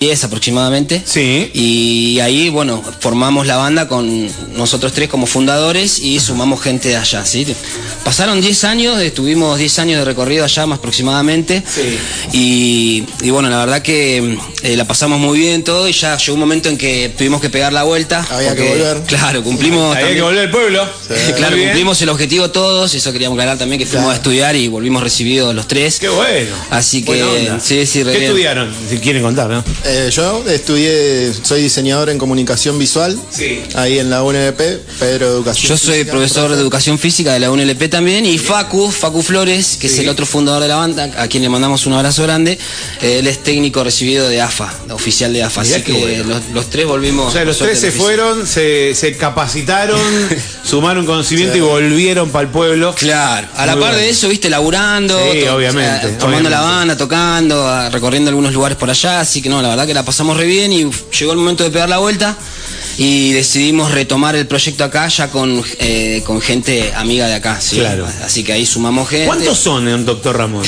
10 aproximadamente. Sí. Y ahí, bueno, formamos la banda con nosotros tres como fundadores y sumamos gente de allá, ¿sí? Pasaron 10 años, eh, tuvimos 10 años de recorrido allá más aproximadamente. Sí. Y, y bueno, la verdad que eh, la pasamos muy bien todo y ya llegó un momento en que tuvimos que pegar la vuelta. Había que volver. Claro, cumplimos. Había que también- volver al pueblo. Claro, Muy bien. cumplimos el objetivo todos, eso queríamos aclarar también que fuimos Claro. a estudiar y volvimos recibidos los tres. Qué bueno. Así que, Buena onda. sí, sí, re ¿Qué bien. estudiaron? Si quieren contar, ¿no? Eh, yo estudié, soy diseñador en comunicación visual, Sí. ahí en la UNLP, Pedro Educación. Yo soy Física, profesor de educación física de la UNLP también y Facu, Facu Flores, que es el otro fundador de la banda, a quien le mandamos un abrazo grande, eh, él es técnico recibido de AFA, oficial de AFA. Mirá Así qué que bueno. los, los tres volvimos. O sea, los por tres suerte, se al oficio. fueron, se, se capacitaron, sumaron conocimiento y volvieron para el pueblo. Claro, a la Muy par de bueno. eso, viste, laburando, Sí, to- eh, obviamente, tomando obviamente. la banda, tocando, a- recorriendo algunos lugares por allá, así que no, la verdad que la pasamos re bien y uf, llegó el momento de pegar la vuelta y decidimos retomar el proyecto acá ya con, eh, con gente amiga de acá, ¿sí? Claro. así que ahí sumamos gente. ¿Cuántos son en Doctor Ramón?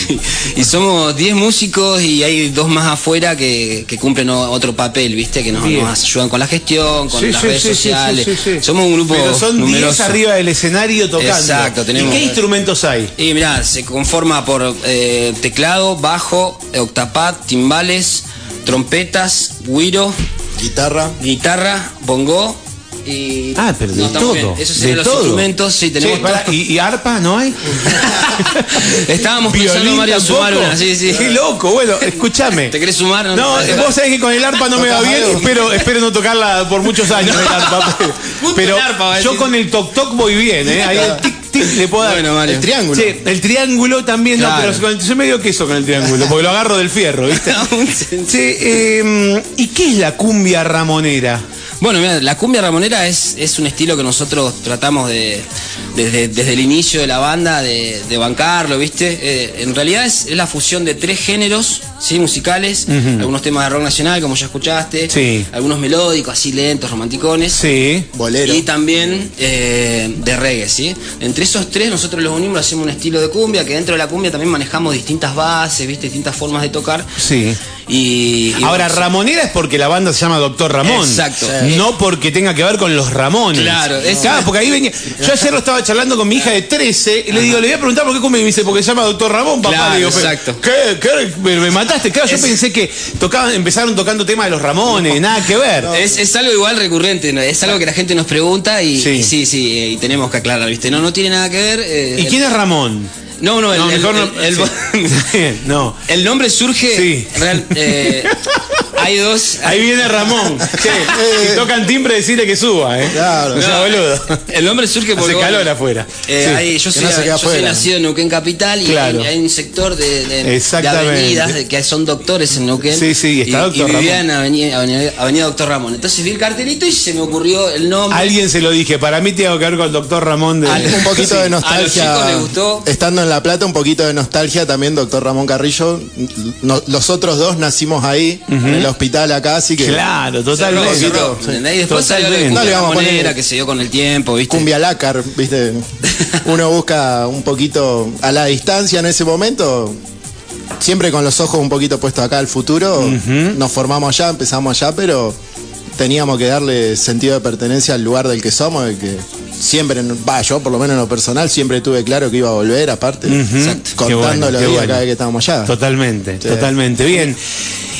Y somos 10 músicos y hay dos más afuera que, que cumplen o- otro papel, ¿viste? Que nos, Bien. nos ayudan con la gestión, con Sí, las sí, redes sí, sí, sociales. sí, sí, sí. Somos un grupo Pero son 10 numeroso. arriba del escenario tocando. Exacto, ¿Y tenemos- qué instrumentos hay? Y mirá, se conforma por eh, teclado, bajo, octapad, timbales, trompetas, güiro, Guitarra. guitarra, bongo y... Ah, pero de No, estamos todo, bien. Esos serían de los todo. instrumentos, sí, tenemos Che, pará, todo. ¿y, y arpa no hay? Estábamos pensando, ¿Violín Mario, tampoco? sumar una, sí, sí. Qué loco, bueno, escúchame. ¿Te querés sumar? No, te- vos sabés que con el arpa no me va bien, espero, espero no tocarla por muchos años el arpa. Justo Pero el arpa, va a yo decir. con el toc toc voy bien, ¿eh? Ahí el tic tic le puedo dar. Bueno, Mario. El triángulo. Sí, el triángulo también, no, Claro. pero con el- yo me dio queso con el triángulo, porque lo agarro del fierro, ¿viste? Sí, eh, ¿y qué es la cumbia ramonera? Bueno, mira, la cumbia ramonera es, es un estilo que nosotros tratamos de, desde, desde el inicio de la banda de, de bancarlo, ¿viste? Eh, en realidad es, es la fusión de tres géneros ¿sí? musicales, algunos temas de rock nacional, como ya escuchaste, Sí. algunos melódicos, así lentos, romanticones. Sí. Bolero. Y también eh, de reggae, ¿sí? Entre esos tres nosotros los unimos, hacemos un estilo de cumbia, que dentro de la cumbia también manejamos distintas bases, ¿viste? Distintas formas de tocar. Sí. Y, y Ahora, bueno, Ramonera es porque la banda se llama Doctor Ramón. Exacto. No porque tenga que ver con los Ramones. Claro, es- Claro, porque ahí venía. Yo ayer lo estaba charlando con mi hija de 13 y le digo, le voy a preguntar por qué come. Y me dice, porque se llama Doctor Ramón, papá. Claro, Le digo, pero, exacto. ¿qué, qué? me, me mataste. Claro, yo Es- pensé que tocaban, empezaron tocando temas de los Ramones, nada que ver. Es, es algo igual recurrente, ¿no? es algo que la gente nos pregunta y y Sí. sí, sí, eh, y tenemos que aclarar, ¿viste? No, no tiene nada que ver. eh, ¿Y el- quién es Ramón? No, no, el, el- el- el- sí. no. el nombre surge. Sí. real- eh, hay dos. Ahí viene Ramón. Che, si tocan timbre, decirle que suba, ¿eh? Claro. No sea boludo. El nombre surge porque. Hace calor bueno, afuera. eh, Sí. hay- yo Que soy, no se queda yo soy afuera. nacido en Neuquén Capital y Claro. hay, hay un sector de, de- de Exactamente. avenidas de- que son doctores en Neuquén. Sí, sí, está y, Doctor y vivía Ramón. en Avenida, Avenida- Avenida Doctor Ramón. Entonces vi el cartelito y se me ocurrió el nombre. Alguien se lo dije, para mí tiene que ver con el doctor Ramón de... Al- Ah, Eh, Un poquito Sí, de nostalgia. a los chicos les gustó. Estando en La Plata, un poquito de nostalgia también, doctor Ramón Carrillo. No- los otros dos nacimos ahí, en el hospital acá, así que. Claro, Cerró, totalmente. cerró, ¿entendés? Y después salió lo de Totalmente. No le vamos a Cumbia poner- Ramonera, que se dio con el tiempo, ¿viste? Cumbia lácar, viste. Uno busca un poquito a la distancia en ese momento. Siempre con los ojos un poquito puestos acá al futuro. Nos formamos allá, empezamos allá, pero teníamos que darle sentido de pertenencia al lugar del que somos, de que siempre, va, yo por lo menos en lo personal, siempre tuve claro que iba a volver, aparte, Exacto. Qué bueno, contando los qué días bueno. cada vez que estábamos allá. Totalmente, Sí. totalmente. Bien.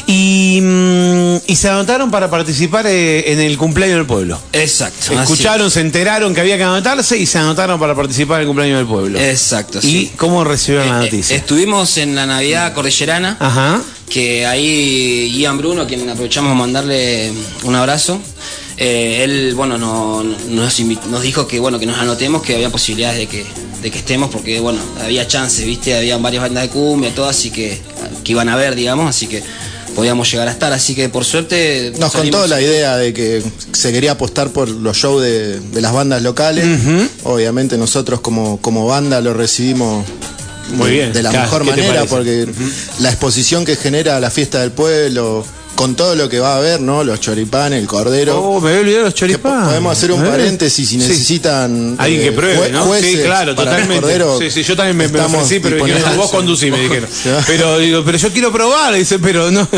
Y, mm, y se anotaron para participar eh, en el cumpleaños del pueblo. Ah, Exacto. así. Escucharon, se enteraron que había que anotarse y se anotaron para participar en el cumpleaños del pueblo. Exacto, ¿Y Eh, sí. cómo recibieron la Eh, noticia? Estuvimos en la Navidad Cordillerana, Ajá. que ahí Ian Bruno, a quien aprovechamos a mandarle un abrazo, eh, él bueno no- nos, invi- nos dijo que bueno que nos anotemos, que había posibilidades de que, de que estemos, porque bueno, había chances, viste, habían varias bandas de cumbia, todas, así que, que iban a ver, digamos, así que podíamos llegar a estar, así que por suerte Nos salimos- contó la idea de que se quería apostar por los shows de, de las bandas locales. Obviamente nosotros como, como banda lo recibimos Muy de, bien. de la Claro, mejor ¿qué te manera parece? porque la exposición que genera la fiesta del pueblo, con todo lo que va a haber, ¿no? Los choripanes, el cordero. Oh, me había olvidado los Que po- choripanes. podemos hacer un Eh. paréntesis si Sí. necesitan. Alguien eh, que pruebe, jue- ¿no? jueces Sí, claro, para el totalmente. cordero, Sí, sí, yo también me, me estamos ofrecí, pero me dijeron, disponibles. vos conducí, me dijeron. Ya. Pero digo, pero yo quiero probar, dice, pero no.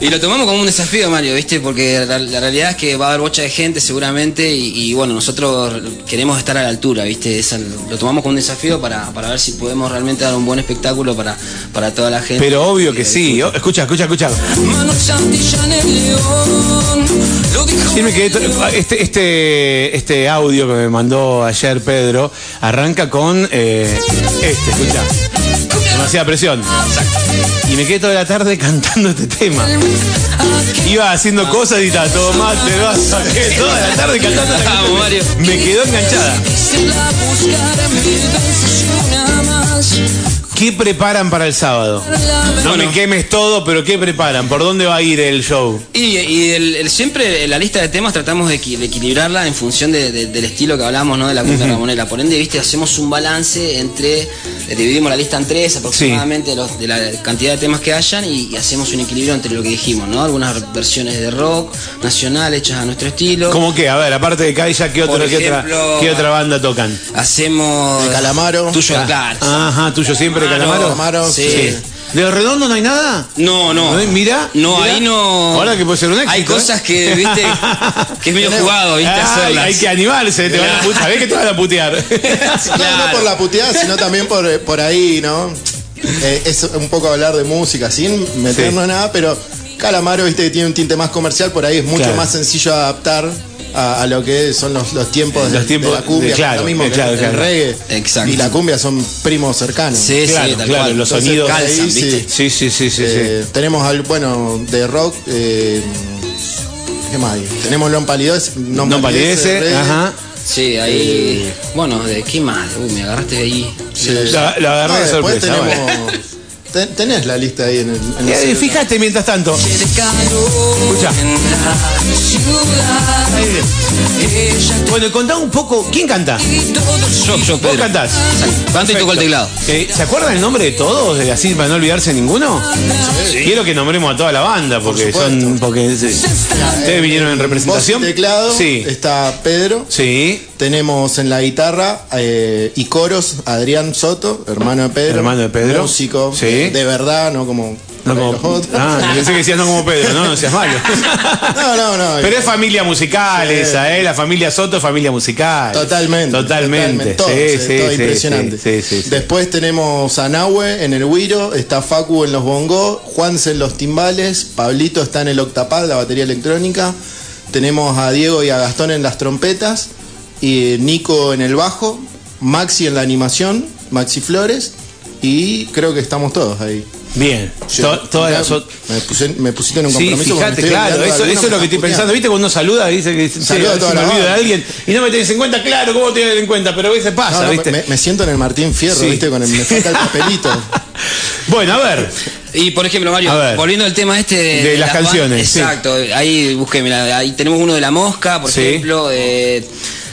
Y lo tomamos como un desafío, Mario, ¿viste? Porque la, la realidad es que va a haber bocha de gente seguramente y, y, bueno, nosotros queremos estar a la altura, ¿viste? Esa- lo tomamos como un desafío para, para ver si podemos realmente dar un buen espectáculo para, para toda la gente. Pero obvio que sí. O- Escucha, escucha, escucha. Manu Santillán el León, lo dijo Sí, me quedé to- este, este, este audio que me mandó ayer Pedro arranca con eh, este, escucha. Demasiada presión. Y me quedé toda la tarde cantando este tema. Iba haciendo cosas y estaba todo mal, te vas a quedé toda la tarde cantando. esta Vamos, canción. Mario. Me quedó enganchada. Se la buscaré mil veces y una más. ¿Qué preparan para el sábado? La- No me quemes todo, pero ¿qué preparan? ¿Por dónde va a ir el show? Y, y el- el- siempre la lista de temas tratamos de, equi- de equilibrarla en función de- de- del estilo que hablamos, ¿no? De la cumbia ramonera. Por ende, viste, hacemos un balance entre, eh, dividimos la lista en tres aproximadamente de, los- de la cantidad de temas que hayan y, y hacemos un equilibrio entre lo que dijimos, ¿no? Algunas versiones de rock nacional hechas a nuestro estilo. ¿Cómo qué? A ver, aparte de Kaija, ¿qué, Por otro- qué otra, ejemplo, qué otra banda tocan? Hacemos... De Calamaro. Tuyo, claro. Ajá, tuyo Ah. siempre, Ah, Calamaro. Calamaro, Sí. sí. ¿De los redondos no hay nada? No, no. No, mira, No, mira. ahí no. Ahora que puede ser un éxito, Hay ¿eh? cosas que, viste, que es medio jugado, viste, Ay, hacerlas. hay que animarse, te van a putear. ¿Sabés que te van a putear? No, no Claro. por la puteada, sino también por, eh, por ahí, ¿no? Eh, es un poco hablar de música, sin meternos en nada, pero Calamaro, viste que tiene un tinte más comercial, por ahí es mucho Claro. más sencillo adaptar a, a lo que son los, los tiempos, de- Los de, tiempos la cumbia, de- claro, lo mismo de- que claro, el claro. reggae Exacto. y la cumbia son primos cercanos. Sí, Claro, sí, tal claro, cual. los Entonces, sonidos calzan, ahí, sí. viste. Sí, sí, sí, sí. Eh, Tenemos, al, bueno, de rock, eh, ¿qué más hay? Tenemos Non Palidez, sí. No palidece, reggae, ajá. Sí, ahí. Eh, Bueno, ¿de qué más? Uy, me agarraste ahí. sí. La, la agarré No, de después sorpresa. bueno. tenemos- ten- tenés la lista ahí en el... en el Eh, celular. fíjate mientras tanto. de calor Escucha. en la ciudad. Ella Bueno, contá un poco. ¿Quién canta? y todos Yo, yo, ¿Vos Pedro. cantás? Canto y toco el teclado. Eh, ¿Se acuerdan el nombre de todos? De así para no olvidarse ninguno. Quiero que nombremos a toda la banda porque supuesto. son. Porque, sí. Ustedes vinieron en representación. Voz y teclado Este. Sí. está Pedro. Sí. Tenemos en la guitarra eh, y coros Adrián Soto, hermano de Pedro. Hermano de Pedro. Músico. Sí. eh, De verdad, no como, No como- los otros. ah, pensé que decías no como Pedro, no, no seas malo. No, no, no. Pero es familia musical Sí. esa, ¿eh? La familia Soto es familia musical. Totalmente. eh, Totalmente. todo, sí, sí, todo sí, impresionante. Sí, sí, sí. Después tenemos a Nahue en el Wiro, está Facu en los bongó, Juanse en los timbales, Pablito está en el octapad, la batería electrónica. Tenemos a Diego y a Gastón en las trompetas, y Nico en el bajo, Maxi en la animación, Maxi Flores, y creo que estamos todos ahí. Bien. To- todas las ot- me, puse- me pusiste en un Sí, compromiso. porque me fíjate, estoy claro, olvidando de eso, alguna, eso es lo me que estoy estás pensando. ¿Viste cuando uno saluda? Dice que sí, Saluda a a veces me toda la olvido de banda. alguien y no me tenés en cuenta, claro, ¿cómo te tenés en cuenta? Pero a veces pasa, No, no, ¿viste? me, me siento en el Martín Fierro, Sí. ¿viste? Con el, me falta el papelito. Bueno, a ver. Y por ejemplo, Mario, A ver. volviendo al tema este de, De las ban- canciones, sí. Exacto, ahí busquéme, ahí tenemos uno de la mosca, por Sí. ejemplo, eh,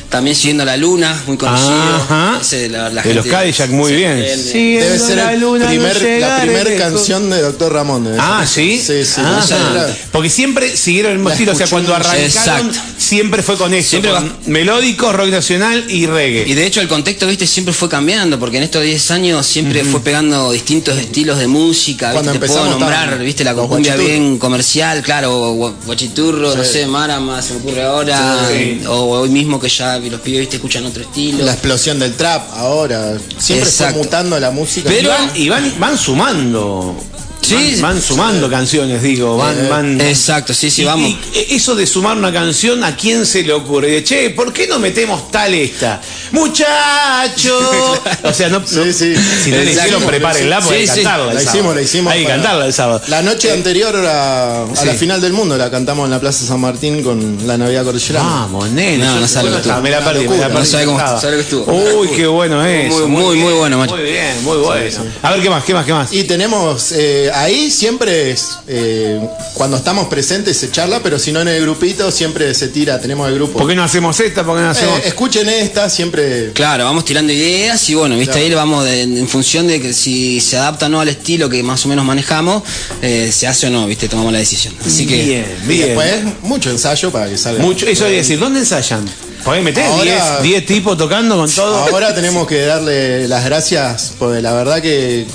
también siguiendo la luna, muy conocido. Ajá. Ese, la- la de los gente- Cadillac, muy sí, bien. el- Debe ser el primer- la primera primera canción de Doctor Ramón. debe Ah, ser. ¿sí? Sí, sí. Ah, esa era- porque siempre siguieron el mismo La estilo, o sea, escuché cuando mucho. arrancaron, Exacto. siempre fue con eso. Siempre con va- melódico, rock nacional y reggae. Y de hecho el contexto, viste, siempre fue cambiando, porque en estos 10 años siempre fue pegando distintos estilos de música, Cuando viste, te puedo empezamos nombrar, estaban viste, la los cumbia guachiturros. bien comercial, claro, gua- guachiturro, no sé, marama, se me ocurre ahora, Sí. o hoy mismo que ya los pibes, viste, escuchan otro estilo. La explosión del trap ahora. Siempre está Exacto. mutando la música. Pero- Y van, y van- van sumando. Sí, Van, van sumando canciones, digo. Eh, Van, van, Exacto, sí, sí, Y- vamos. y eso de sumar una canción, ¿a quién se le ocurre? De, che, ¿por qué no metemos tal esta? ¡Muchacho! o sea, no. no- Sí, sí. Si no le Exacto. hicieron, prepárenla porque hay que Sí, sí. cantarla. el la sábado. hicimos, la hicimos. Hay que para- cantarla el sábado. Eh, La noche anterior a, a la sí. final del mundo la cantamos en la Plaza San Martín con la Navidad Cordillera. Vamos, nene. No, yo- no sabe lo que estuvo. Ah, me la perdí, me la Una locura, perdí. no sabe cómo- estaba. sabe lo que estuvo. Uy, qué bueno es. Muy, muy, muy bueno, macho. Muy bien, muy bueno. A ver, ¿qué más? ¿Qué más? ¿Qué más? Y tenemos eh, ahí siempre es, eh, cuando estamos presentes se charla, pero si no en el grupito siempre se tira, tenemos el grupo. ¿Por qué no hacemos esta? ¿Por qué no hacemos? Eh, escuchen esta, siempre... Claro, vamos tirando ideas y bueno, viste, Claro. ahí le vamos de- en función de que si se adapta o no al estilo que más o menos manejamos, eh, se hace o no, viste, tomamos la decisión. Así que. bien, Y bien. después mucho ensayo para que salga. Mucho, eso es decir, ¿dónde ensayan? Podés meter Ahora- 10 10 tipos tocando con todo. Ahora tenemos que darle las gracias, porque la verdad que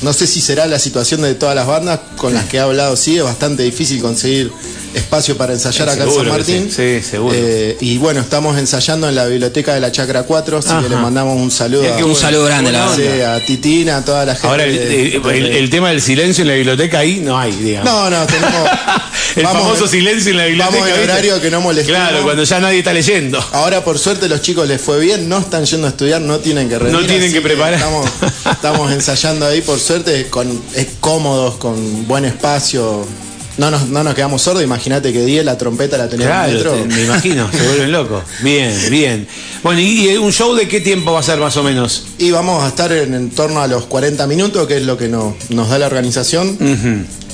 no sé si será la situación de todas las bandas con las que he hablado, sí, es bastante difícil conseguir espacio para ensayar acá en San Seguro que Martín. sí, sí, seguro. Eh, y bueno, estamos ensayando en la biblioteca de la Chacra 4, así Ajá. que le mandamos un saludo Mirá a, qué Un saludo grande a la sí, banda. a Titina, a toda la gente. Ahora, el, de- el- el- el tema del silencio en la biblioteca ahí no hay, digamos. No, no, tenemos... el vamos- famoso silencio en la biblioteca. vamos en ¿viste? horario que no molestemos. Claro, cuando ya nadie está leyendo. Ahora por suerte los chicos les fue bien, no están yendo a estudiar, no tienen que rendir, No tienen así que preparar. Estamos, estamos ensayando ahí por suerte, con eh, cómodos, con buen espacio. No nos, no nos quedamos sordos, imagínate que 10 la trompeta la tenía Claro, dentro. te- me imagino, se vuelven locos. Bien, bien. Bueno, ¿y, y un show de qué tiempo va a ser más o menos? Y vamos a estar en, en torno a los 40 minutos, que es lo que no- nos da la organización.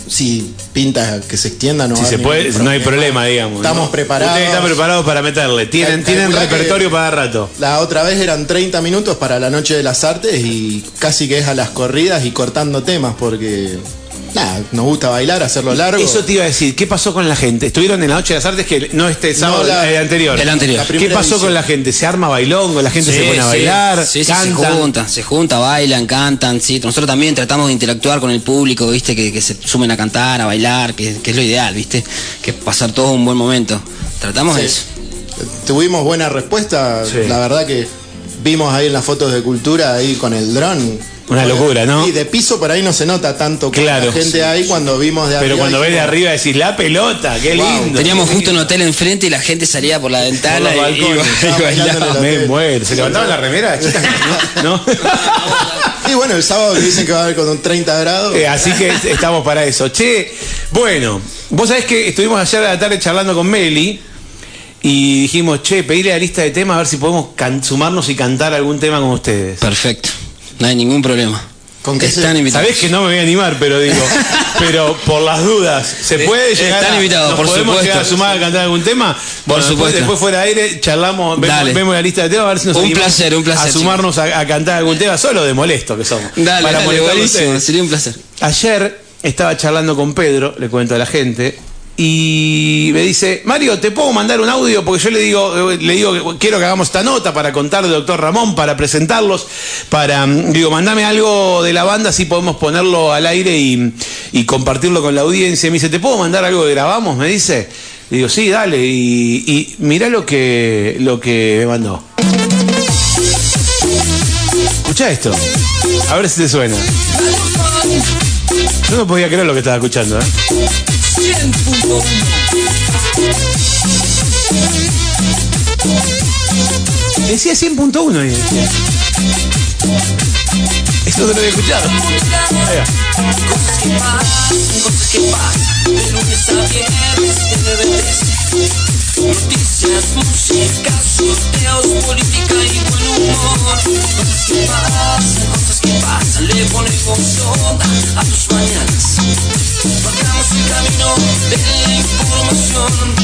Si pinta que se extienda, no va Si a se haber puede, ningún no hay problema, digamos. Estamos ¿no? preparados. Ustedes están preparados para meterle. Tienen, Cal- tienen calculá que- repertorio para rato. La otra vez eran 30 minutos para la noche de las artes y casi que es a las corridas y cortando temas porque nada, nos gusta bailar, hacerlo largo. Eso te iba a decir, ¿qué pasó con la gente? Estuvieron en la Noche de las Artes que no este sábado, la- el anterior. el anterior. La ¿Qué primera pasó edición. con la gente? ¿Se arma bailongo? ¿La gente Sí, se pone a sí. bailar? Sí, sí, se ¿Cantan? juntan, se juntan, bailan, cantan, sí. Nosotros también tratamos de interactuar con el público, viste, que, que se sumen a cantar, a bailar, que, que es lo ideal, viste, que pasar todo un buen momento. Tratamos de eso. Tuvimos buena respuesta, Sí. la verdad que vimos ahí en las fotos de cultura ahí con el dron. Una locura, ¿no? Y de piso por ahí no se nota tanto que Claro. la gente Sí. ahí cuando vimos de Pero arriba cuando ves de dijimos, arriba decís, la pelota, qué Wow. lindo. Teníamos justo un hotel enfrente y la gente salía por la ventana Por los y- y, balcones, y estaban bailando en bailaba. el Me hotel. muero. ¿Se levantaban la remera? chicas? ¿No? Y bueno, el sábado que dicen que va a haber con un 30 grados. Eh, así que est- estamos para eso. Che, bueno, vos sabés que estuvimos ayer a la tarde charlando con Meli y dijimos, che, pedirle la lista de temas a ver si podemos can- sumarnos y cantar algún tema con ustedes. Perfecto, no hay ningún problema. ¿Con qué se- Están invitados. Sabés que no me voy a animar, pero digo, pero por las dudas, ¿se puede llegar Eh, están a, invitados, nos por podemos supuesto. llegar a sumar a cantar algún tema? Bueno, después- supuesto. Después, fuera de aire, charlamos, Dale. vemos, vemos la lista de temas, a ver si nos Un animamos placer, un placer, A sumarnos a, a cantar algún tema, solo de molesto que somos. Dale, para dale, molestar a buenísimo, ustedes. sería un placer. Ayer estaba charlando con Pedro, le cuento a la gente, y me dice, Mario, ¿te puedo mandar un audio? Porque yo le digo, eh, le digo que quiero que hagamos esta nota para contar de doctor Ramón, para presentarlos, para, mm, digo, mandame algo de la banda, así podemos ponerlo al aire y, y compartirlo con la audiencia. Y me dice, ¿te puedo mandar algo que grabamos? Me dice. Le digo, sí, dale, y, y mirá lo que, lo que me mandó. Escucha esto. A ver si te suena. Yo no podía creer lo que estaba escuchando, ¿eh? Decía 100.1 y decía. Esto no lo había escuchado. Ahí va. Cosas que pasan de lunes a viernes de 9 a 13. Noticias, música, sorteos, política y buen humor. Cosas que pasan, cosas que pasan, le ponemos soda a tus mañanas. Marcamos el camino de la información.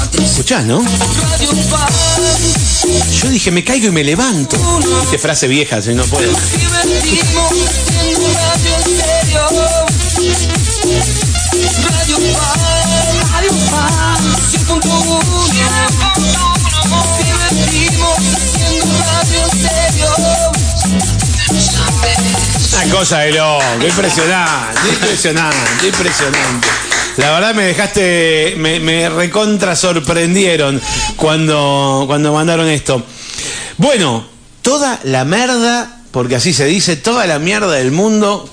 Atención, Escuchás, ¿no? Radio Paz, Yo dije, me caigo y me levanto. uno. Qué frase vieja, si no puedo. Nos divertimos en un radio en serio. Radio Paz, Radio Paz, 100.1. Nos divertimos haciendo radio en serio. Una cosa de loco, impresionante, impresionante, impresionante. La verdad me dejaste, me, me recontra sorprendieron cuando, cuando mandaron esto. Bueno, toda la merda, porque así se dice, toda la mierda del mundo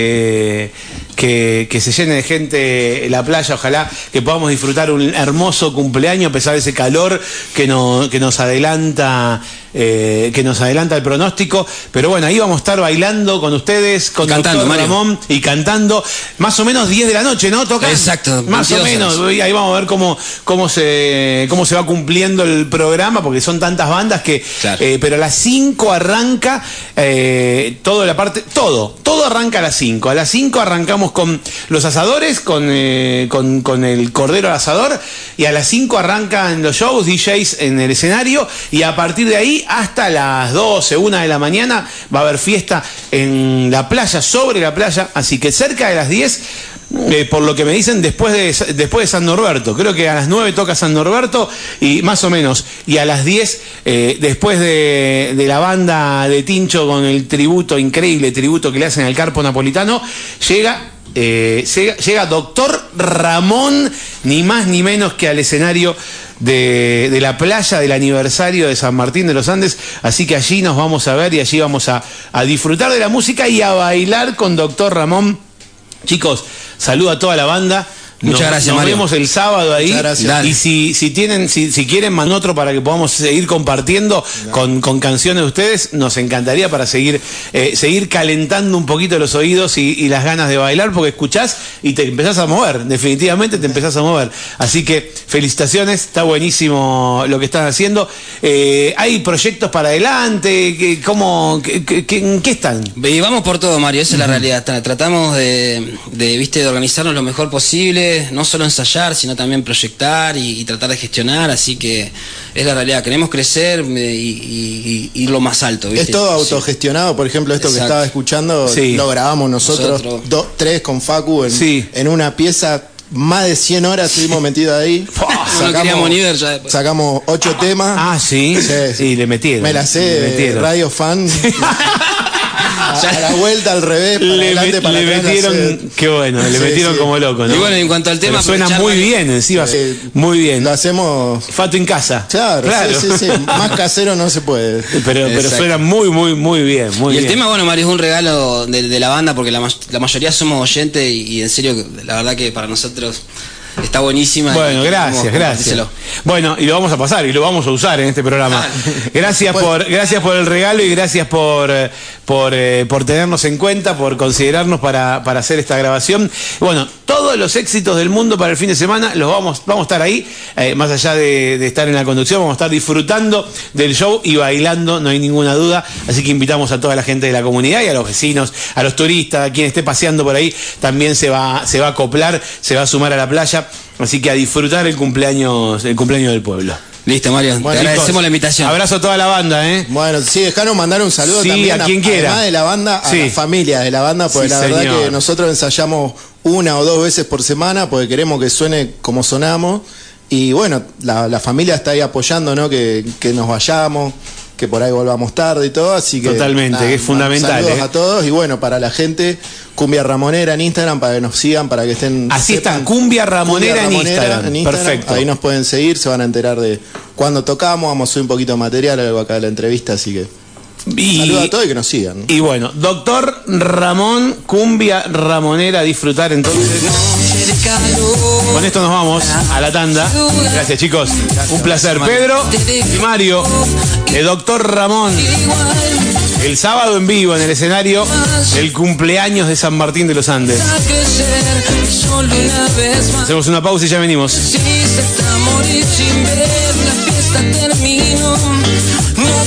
que, que, que se llene de gente la playa, ojalá que podamos disfrutar un hermoso cumpleaños a pesar de ese calor que, no- que nos adelanta eh, que nos adelanta el pronóstico. Pero bueno, ahí vamos a estar bailando con ustedes, con Cantando, Dr. Mario. Ramón y cantando más o menos 10 de la noche, ¿no? Tocan. Exacto, Más o 22 menos. horas. Y Ahí vamos a ver cómo, cómo, se, cómo se va cumpliendo el programa, porque son tantas bandas que... Claro. eh, pero a las 5 arranca eh, toda la parte... Todo, todo arranca a las 5. A las 5 arrancamos arrancamos con los asadores, con, eh, con, con el cordero al asador, y a las 5 arrancan los shows, DJs en el escenario, y a partir de ahí hasta las 12, 1 de la mañana va a haber fiesta en la playa, sobre la playa, así que cerca de las 10 eh, por lo que me dicen, después de, después de San Norberto. Creo que a las 9 toca San Norberto, y más o menos. Y a las 10, eh, después de, de la banda de Tincho con el tributo, increíble tributo que le hacen al Carpo Napolitano, llega. eh, llega, llega doctor Ramón, ni más ni menos que al escenario de, de la playa del aniversario de San Martín de los Andes. Así que allí nos vamos a ver y allí vamos a, a disfrutar de la música y a bailar con doctor Ramón. Chicos, saludo a toda la banda. Muchas Nos- gracias, Nos Mario. vemos el sábado ahí. Muchas gracias. Dale. Y si, si tienen, si, si quieren, man otro para que podamos seguir compartiendo con, con canciones de ustedes. Nos encantaría para seguir, eh, seguir calentando un poquito los oídos y, y las ganas de bailar, porque escuchás y te empezás a mover. Definitivamente te empezás a mover. Así que felicitaciones, está buenísimo lo que están haciendo. Eh, ¿Hay proyectos para adelante? ¿Qué- ¿Cómo, qué- qué- qué- ¿En qué están? Y vamos por todo, Mario, esa es la realidad. Tra- Tratamos de, de, viste, de organizarnos lo mejor posible, no solo ensayar, sino también proyectar y, y tratar de gestionar, así que es la realidad. Queremos crecer eh, y, y- y ir lo más alto, ¿viste? Es todo Sí. autogestionado, por ejemplo, esto que Exacto. estaba escuchando Sí. lo grabamos nosotros, Nosotros. dos, tres con Facu en, Sí. en una pieza, más de 100 horas estuvimos metidos ahí. No lo queríamos ni ver ya después. sacamos ocho temas. Ah, sí. Sí, sí. Y le metieron. Me la sé, Le de metieron. radio fan. a, a la vuelta, al revés, para Le, adelante, met- para le atrás, la metieron, sé. qué bueno, le Sí, metieron sí. como loco, ¿no? Y bueno, en cuanto al tema, Pero suena aprovechar, muy Mario. bien, encima, Sí. muy bien. Lo hacemos. Fato en casa. Claro, Sí, sí, sí. Más casero no se puede. Pero, pero Exacto. suena muy, muy, muy bien, muy Y el bien. tema, bueno, Mario, es un regalo de, de la banda porque la, ma- la mayoría somos oyentes y, y en serio, la verdad que para nosotros está buenísima. bueno, Y queremos gracias, gracias. compartírselo. Bueno, y lo vamos a pasar y lo vamos a usar en este programa. Gracias por, gracias por el regalo y gracias por, eh, por, eh, por tenernos en cuenta, por considerarnos para, para hacer esta grabación. Bueno, todos los éxitos del mundo para el fin de semana los vamos, vamos a estar ahí, eh, más allá de, de estar en la conducción, vamos a estar disfrutando del show y bailando, no hay ninguna duda. Así que invitamos a toda la gente de la comunidad y a los vecinos, a los turistas, a quien esté paseando por ahí, también se va, se va a acoplar, se va a sumar a la playa. Así que a disfrutar el cumpleaños, el cumpleaños del pueblo. Listo, Mario, Bueno, te agradecemos Chicos, la invitación. Abrazo a toda la banda, ¿eh? Bueno, sí, dejaron mandar un saludo Sí, también a quien quiera. Además de la banda, a Sí. las familias de la banda, porque Sí, la verdad señor. que nosotros ensayamos una o dos veces por semana porque queremos que suene como sonamos. Y bueno, la, la familia está ahí apoyando, ¿no? Que, que nos vayamos, que por ahí volvamos tarde y todo, así que. Totalmente, que es fundamental, Saludos ¿eh? a todos y bueno, para la gente, Cumbia Ramonera en Instagram, para que nos sigan, para que estén. Así está, sepan- Cumbia Ramonera en Instagram. Perfecto. Ahí nos pueden seguir, se van a enterar de cuando tocamos, vamos a subir un poquito de material, algo acá de la entrevista, así que. Y- Saludos a todos y que nos sigan. Y bueno, doctor Ramón Cumbia Ramonera, a disfrutar entonces. Con esto nos vamos a la tanda. Gracias chicos. Un placer. Pedro y Mario, el doctor Ramón, el sábado en vivo en el escenario, el cumpleaños de San Martín de los Andes. que ser solo una vez más. Hacemos una pausa y ya venimos. Si se está a morir sin ver la fiesta terminó. No